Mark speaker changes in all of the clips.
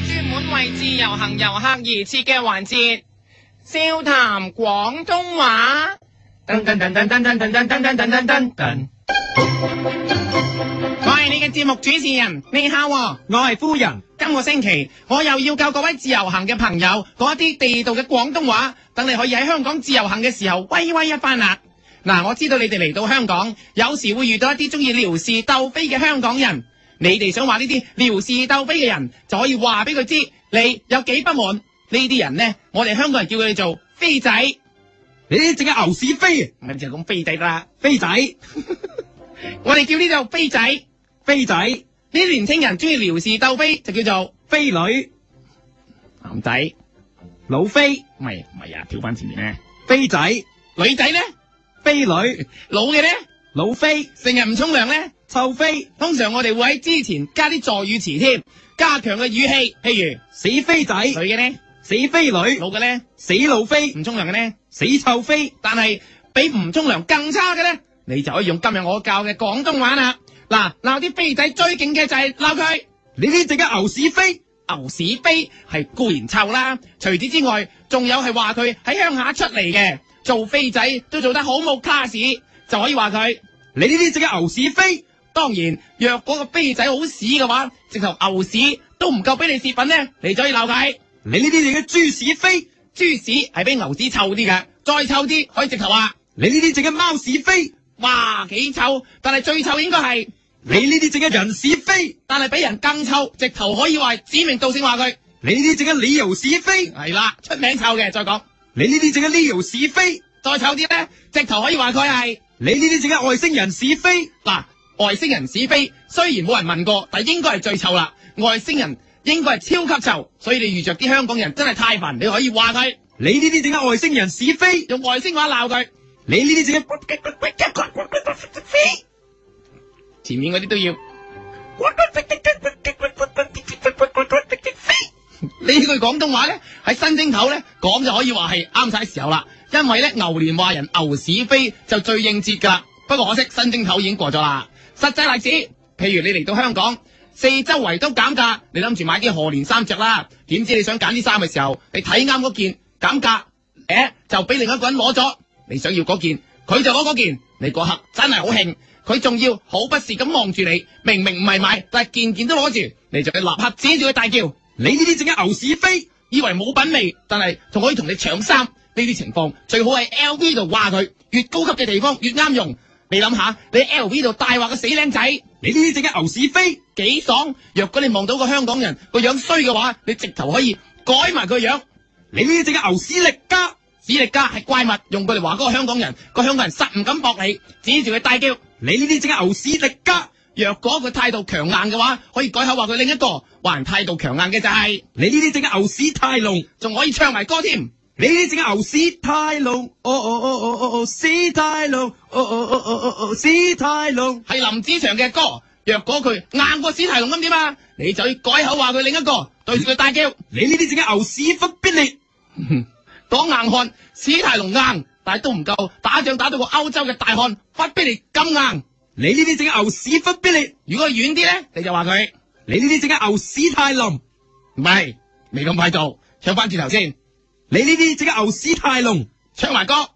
Speaker 1: 因為自由行遊客而設嘅環節，笑談廣東話。
Speaker 2: 噔噔噔噔噔噔噔噔噔噔噔噔噔，
Speaker 1: 我係你嘅節目主持人，你好喎、
Speaker 2: 我係夫人，
Speaker 1: 今個星期我又要教各位自由行嘅朋友講一啲地道嘅廣東話，等你可以喺香港自由行嘅時候威威一番啦。嗱，我知道你哋嚟到香港，有時會遇到一啲中意撩事鬥非嘅香港人。你哋想話呢啲撩事鬥非嘅人，就可以話俾佢知你有幾不滿。呢啲人呢，我哋香港人叫佢哋做飛仔，
Speaker 2: 你淨係牛屎飛，啊
Speaker 1: 咪就咁飛仔啦。
Speaker 2: 飛仔，
Speaker 1: 我哋叫呢度飛仔，呢
Speaker 2: 飛仔，
Speaker 1: 啲年青人中意撩事鬥非就叫做
Speaker 2: 飛女，
Speaker 1: 男仔，
Speaker 2: 老飛，
Speaker 1: 唔係唔係啊，跳翻前面咧，
Speaker 2: 飛仔，
Speaker 1: 女仔呢，
Speaker 2: 飛女，
Speaker 1: 老嘅呢。
Speaker 2: 老飛，
Speaker 1: 成日唔沖涼咧，
Speaker 2: 臭飛，
Speaker 1: 通常我哋會喺之前加啲助語詞添，加強嘅語氣，譬
Speaker 2: 死飛仔，
Speaker 1: 如女嘅咧、
Speaker 2: 死飛女，
Speaker 1: 老嘅咧、
Speaker 2: 死老飛，
Speaker 1: 唔沖涼嘅咧，
Speaker 2: 死臭飛，
Speaker 1: 但係比唔沖涼更差嘅咧，你就可以用今日我教嘅廣東話啦。嗱，鬧啲飛仔最勁嘅就係鬧佢
Speaker 2: 你呢淨係牛屎飛，
Speaker 1: 牛屎飛係固然臭啦，除此之外，仲有係話佢喺鄉下出嚟嘅，做飛仔都做得好冇 class，就可以話佢。
Speaker 2: 你呢淨係牛屎飛，
Speaker 1: 當然，若果個飛仔好屎嘅話，直頭牛屎都唔夠俾你泄憤呢，你就可以鬧佢。
Speaker 2: 你呢啲淨係豬屎飛，
Speaker 1: 豬屎係比牛屎臭啲嘅，再臭啲可以直頭話，
Speaker 2: 你呢啲淨係貓屎飛，
Speaker 1: 哇幾臭！但係最臭應該係，
Speaker 2: 你呢啲淨係人屎飛，
Speaker 1: 但係比人更臭，直頭可以話指名道姓話佢
Speaker 2: 你呢啲淨係理由屎飛，
Speaker 1: 係啦，出名臭嘅。再講，
Speaker 2: 你呢啲淨係理由屎飛，
Speaker 1: 再臭啲呢，直頭可以話佢係
Speaker 2: 你呢啲淨係外星人屎飛。
Speaker 1: 嗱外星人屎飛，雖然冇人問過，但應該係最臭啦。外星人應該係超級臭，所以你遇着啲香港人真係太煩，你可以話佢
Speaker 2: 你呢啲淨係外星人屎飛，
Speaker 1: 用外星話鬧佢。
Speaker 2: 你呢啲淨係
Speaker 1: 前面嗰啲都要。呢句廣東話咧，喺新正頭咧講就可以話係啱晒時候啦，因為咧牛年話人牛屎飛就最應節噶啦。不過可惜新正頭已經過咗啦。實際例子，譬如你嚟到香港，四周圍都減價，你諗住買啲賀年衫着啦，點知你想揀啲衫嘅時候，你睇啱嗰件減價，誒、就俾另一個人攞咗，你想要嗰件，佢就攞嗰件，你嗰刻真係好興。佢仲要好不時咁望住你，明明唔係買，但係件件都攞住，你就要立刻指住佢大叫。
Speaker 2: 你呢啲淨係牛屎飛，
Speaker 1: 以為冇品味，但係仲可以同你搶衫。呢啲情況最好喺 LV 度話佢，越高級嘅地方越啱用。你諗下，你喺 LV 度大話個死僆仔
Speaker 2: 你呢啲淨係牛屎飛，
Speaker 1: 幾爽？若果你望到個香港人個樣衰嘅話，你直頭可以改埋佢個樣。
Speaker 2: 你呢啲淨係牛屎力加，
Speaker 1: 史力加係怪物，用佢嚟話嗰個香港人，個香港人實唔敢駁你，指住佢大叫。
Speaker 2: 你呢啲淨係牛屎力加，
Speaker 1: 若果佢態度強硬嘅話，可以改口話佢另一個。話人態度強硬嘅就係、
Speaker 2: 你呢啲淨係牛屎太濃，
Speaker 1: 仲可以唱埋歌添。
Speaker 2: 你呢啲淨係牛屎太濃，哦哦哦哦哦哦屎太濃，哦哦哦哦哦哦屎太濃，
Speaker 1: 係林子祥嘅歌。若果佢硬過史提龍咁點啊？你就要改口話佢另一個，對住佢大叫
Speaker 2: 你呢啲淨係牛屎忽必烈，
Speaker 1: 講硬漢。史提龍硬，但係都唔夠打仗打到個歐洲嘅大漢忽必烈咁硬。
Speaker 2: 你呢啲淨係牛屎忽必烈，
Speaker 1: 如果遠啲咧，你就話佢
Speaker 2: 你呢啲淨係牛屎太腍，
Speaker 1: 唔係，未咁快做，唱翻轉頭先，
Speaker 2: 你呢啲淨係牛屎太濃。
Speaker 1: 唱埋歌。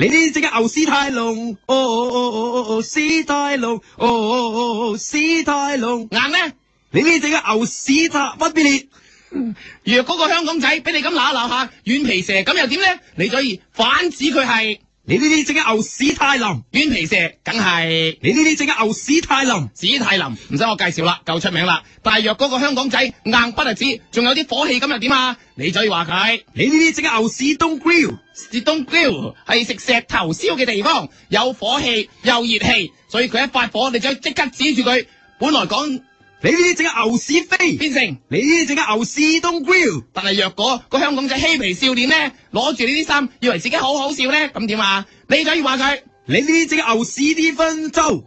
Speaker 2: 你呢只嘅牛屎太濃，哦哦哦哦哦哦，屎太濃，哦哦哦哦，屎太濃。
Speaker 1: 硬咧，
Speaker 2: 你呢只嘅牛屎太忽必烈，
Speaker 1: 若果個香港仔俾你咁鬧一鬧下軟皮蛇咁又點咧？你就可以反指佢係
Speaker 2: 你呢啲只嘅牛屎太腍，
Speaker 1: 軟皮蛇，梗係。
Speaker 2: 你呢啲只嘅牛屎太腍，
Speaker 1: 史泰林唔使我介紹啦，夠出名啦。但係若嗰個香港仔硬不特止，仲有啲火氣咁又點啊？你就要話佢
Speaker 2: 你呢啲只嘅牛屎冬 grill，
Speaker 1: 是東 grill 係食石頭燒嘅地方，有火氣又熱氣，所以佢一發火，你就即刻指住佢。本來講
Speaker 2: 你呢啲只嘅牛屎飛，
Speaker 1: 變成，
Speaker 2: 你呢啲只嘅牛屎冬 grill，
Speaker 1: 但係若果個香港仔嬉皮笑臉呢，攞住呢啲衫，以為自己好好笑呢，咁點啊？你就要話佢。
Speaker 2: 你呢啲只嘅牛屎啲分粥，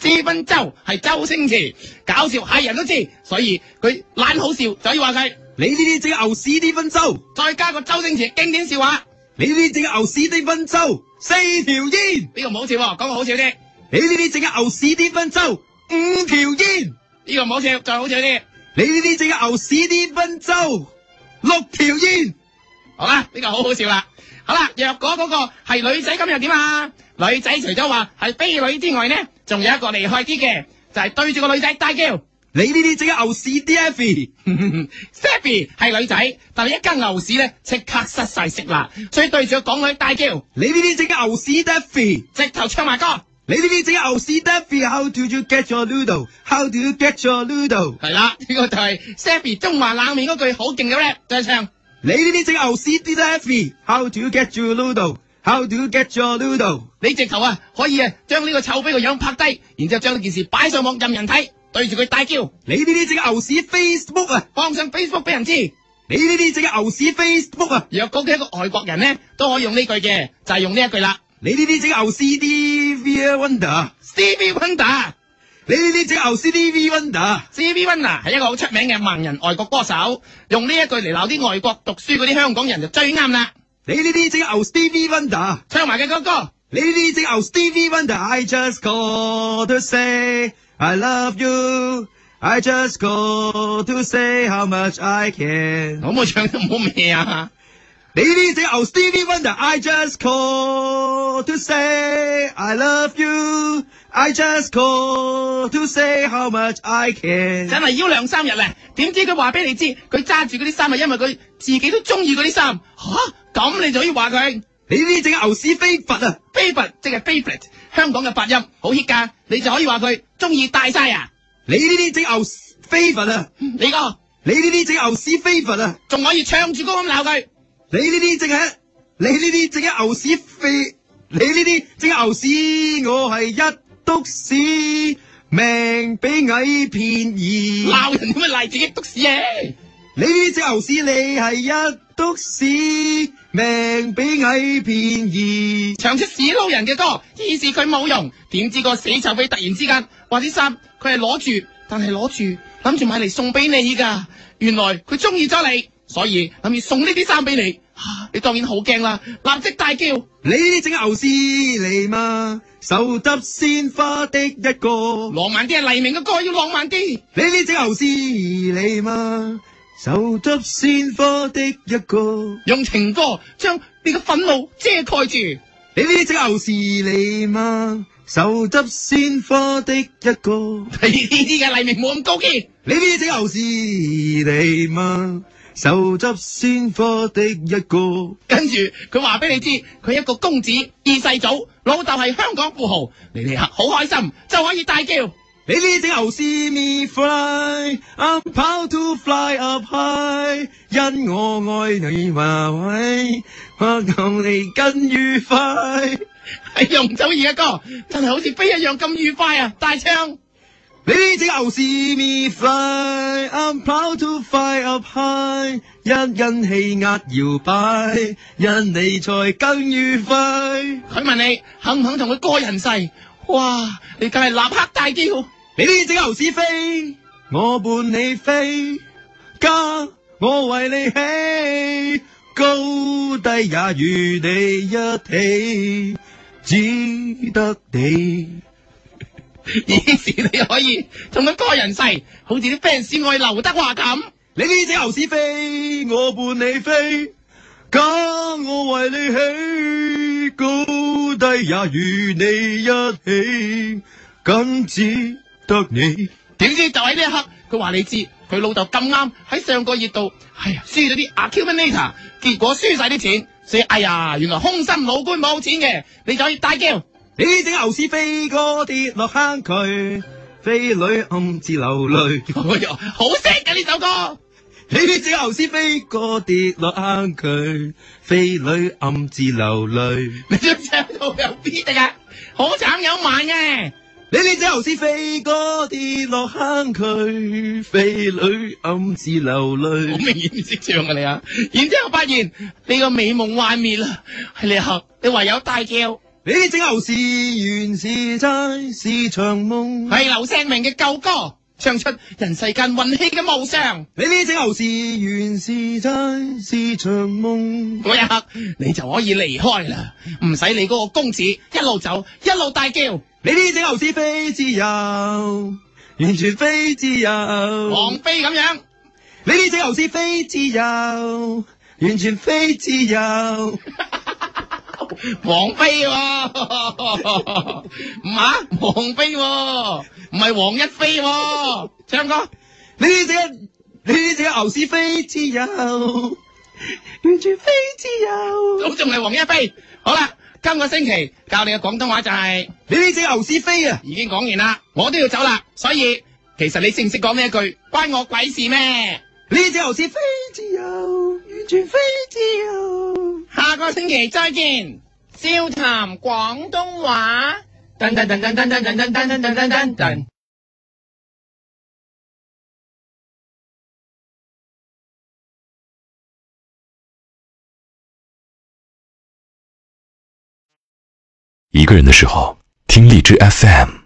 Speaker 1: 私分周係周星馳，搞笑係人都知，所以佢懶好笑，就要話佢。
Speaker 2: 你呢啲只嘅牛屎啲分粥，
Speaker 1: 再加個周星馳經典笑話。
Speaker 2: 你呢啲只嘅牛屎啲分粥，四條煙，
Speaker 1: 呢個唔好笑喎，講個好笑啲。
Speaker 2: 你呢啲只嘅牛屎啲分粥，五條煙。
Speaker 1: 呢個唔好笑，再好笑啲。
Speaker 2: 你呢你呢啲整牛屎啲温州六條煙，
Speaker 1: 好啦，呢、個好好笑啦。好啦，若果嗰個係女仔，咁又點啊？女仔除咗話係非女之外呢，仲有一個厲害啲嘅，就係對住個女仔大叫。
Speaker 2: 你呢啲整牛屎 D F，
Speaker 1: Stephy 係女仔，但係一間牛屎咧即刻失晒色啦，所以對住個港女大叫，
Speaker 2: 你呢啲整牛屎 D F。
Speaker 1: 直頭唱埋歌。
Speaker 2: 你呢啲整牛屎 Duffy，How do you get your noodle？How do you get your noodle？
Speaker 1: 係啦，呢、個就係 Stephy 中華冷面嗰句好勁嘅 rap，再唱。
Speaker 2: 你呢啲整牛屎 Duffy，How do you get your noodle？How do you get your noodle？
Speaker 1: 你直頭啊，可以啊，將呢個臭飛個樣拍低，然之後將呢件事擺上網任人睇，對住佢大叫，
Speaker 2: 你呢啲整牛屎 Facebook 啊！
Speaker 1: 放上 Facebook 俾人知。
Speaker 2: 你呢啲整牛屎 Facebook 啊！
Speaker 1: 若果佢一個外國人呢，都可以用呢句嘅，就係、用呢一句啦。
Speaker 2: 你呢啲整牛屎 DV Wonder，啊
Speaker 1: Stevie Wonder。
Speaker 2: 你呢啲整牛屎 DV Wonder，啊
Speaker 1: C.V. Winner 係一個好出名嘅盲人外國歌手，用呢一句嚟鬧啲外國讀書嗰啲香港人就最啱啦。
Speaker 2: 你呢啲整牛屎 DV Wonder，啊
Speaker 1: 唱埋嘅嗰歌，
Speaker 2: 你呢啲整牛屎 DV Wonder，I just call to say I love you，I just call to say how much I can。
Speaker 1: 好唔好唱得唔好咩啊？
Speaker 2: 你呢只牛 Stevie Wonder，I just call to say I love you，I just call to say how much I
Speaker 1: 真
Speaker 2: can。
Speaker 1: 係邀兩三日咧，點知佢話俾你知，佢揸住嗰啲衫啊係因為佢自己都中意嗰啲衫。吓，咁你就可以話佢
Speaker 2: 你呢只牛屎飛佛啊！
Speaker 1: favorite，即係 favorite，香港嘅發音好 hit 㗎，你就可以話佢中意大晒啊！
Speaker 2: 你呢啲只牛屎飛佛啊！
Speaker 1: 你個
Speaker 2: 你呢啲只牛屎飛佛啊！
Speaker 1: 仲可以唱住歌咁鬧佢，
Speaker 2: 你呢啲只係你呢啲只係牛屎飛，你呢啲只係牛屎，我係一篤屎，命比矮便宜。
Speaker 1: 鬧人點咪賴自己督屎啊！
Speaker 2: 你呢只牛屎，你係一篤屎，命比矮便宜。
Speaker 1: 唱出屎撈人嘅歌，以示佢冇用。點知個死臭匪突然之間話啲衫佢係攞住，但係攞住諗住買嚟送俾你㗎。原來佢中意咗你，所以諗住送呢啲衫俾你。啊你當然好驚啦，立即大叫。
Speaker 2: 你呢只牛屎嚟嘛，手執鮮花的一個。
Speaker 1: 浪漫啲啊，黎明嘅歌要浪漫啲。
Speaker 2: 你呢只牛屎嚟嘛，手執鮮花的一個。
Speaker 1: 用情歌將你嘅憤怒遮蓋住。
Speaker 2: 你呢只牛屎嚟嘛，手執鮮花的一個。
Speaker 1: 呢啲嘅黎明冇咁高啲。
Speaker 2: 你呢只牛屎嚟嘛，手執鮮花的一個。
Speaker 1: 跟住佢話俾你知，佢一個公子二世祖，老豆係香港富豪，你哋啊好開心就可以大叫。
Speaker 2: 你呢只牛屎 me fly，I'm proud to fly up high，因我愛你華為，我求你更愉快。
Speaker 1: 係哎容祖兒嘅歌，真係好似飛一樣咁愉快啊！大唱，
Speaker 2: 你呢只牛屎 me fly，I'm proud to fly up high，一因氣壓搖擺，因你才更愉快。
Speaker 1: 佢問你肯唔肯同佢過人世？哇！你梗係立刻大叫，
Speaker 2: 你呢只牛屎飛，我伴你飛，家我為你起，高低也與你一起，只得你。
Speaker 1: 以時你可以同佢過人世，好似啲 fans 愛劉德華咁。
Speaker 2: 你呢只牛屎飛，我伴你飛，家我為你起，高低也與你一起，僅只得你。
Speaker 1: 點知就喺呢一刻，佢話你知，佢老豆咁啱喺上個月度，哎呀，輸咗啲 accumulator，結果輸晒啲錢，所以哎呀，原來空心老官冇錢嘅，你就可以大叫。
Speaker 2: 你呢隻牛屎飛哥跌落坑渠，飛女暗自流淚。
Speaker 1: 哎呀 好識嘅呢首歌，
Speaker 2: 你呢隻牛屎飛哥跌落坑渠，飛女暗自流淚。
Speaker 1: 你都唱到有邊得噶，好慘有慢嘅。
Speaker 2: 你呢隻牛屎飛哥跌落坑渠，飛女暗自流
Speaker 1: 好
Speaker 2: 淚。
Speaker 1: 明顯唔識唱啊你啊！然之後發現你個美夢幻滅啦，係你合，你唯有大叫，
Speaker 2: 你呢隻牛屎原是齋是場夢，
Speaker 1: 係劉錫明嘅舊歌，唱出人世間運氣嘅無常。
Speaker 2: 你呢隻牛屎原是齋是場夢。
Speaker 1: 嗰一刻你就可以離開啦，唔使理嗰個公子一路走一路大叫。
Speaker 2: 你呢隻牛屎飛自由，完全非自由
Speaker 1: 王。菲咁樣，
Speaker 2: 你呢只牛是非自由，完全非自由。
Speaker 1: 王菲喎， 唔係啊王菲喎，唔係王一菲喎，唱歌。
Speaker 2: 你呢只你呢只牛是非自由，完全非自由。
Speaker 1: 都仲係黃一飛。好啦，今個星期教你嘅廣東話就係
Speaker 2: 你呢只牛是非啊，
Speaker 1: 已經講完啦，我都要走啦，所以其實你識唔識講呢一句，關我鬼事咩？
Speaker 2: 你呢只牛是非自由，完全非自由。
Speaker 1: 下個星期再見，笑談廣東話。噔噔噔噔噔噔噔噔噔噔噔噔噔。
Speaker 3: 一个人的时候，听荔枝 FM。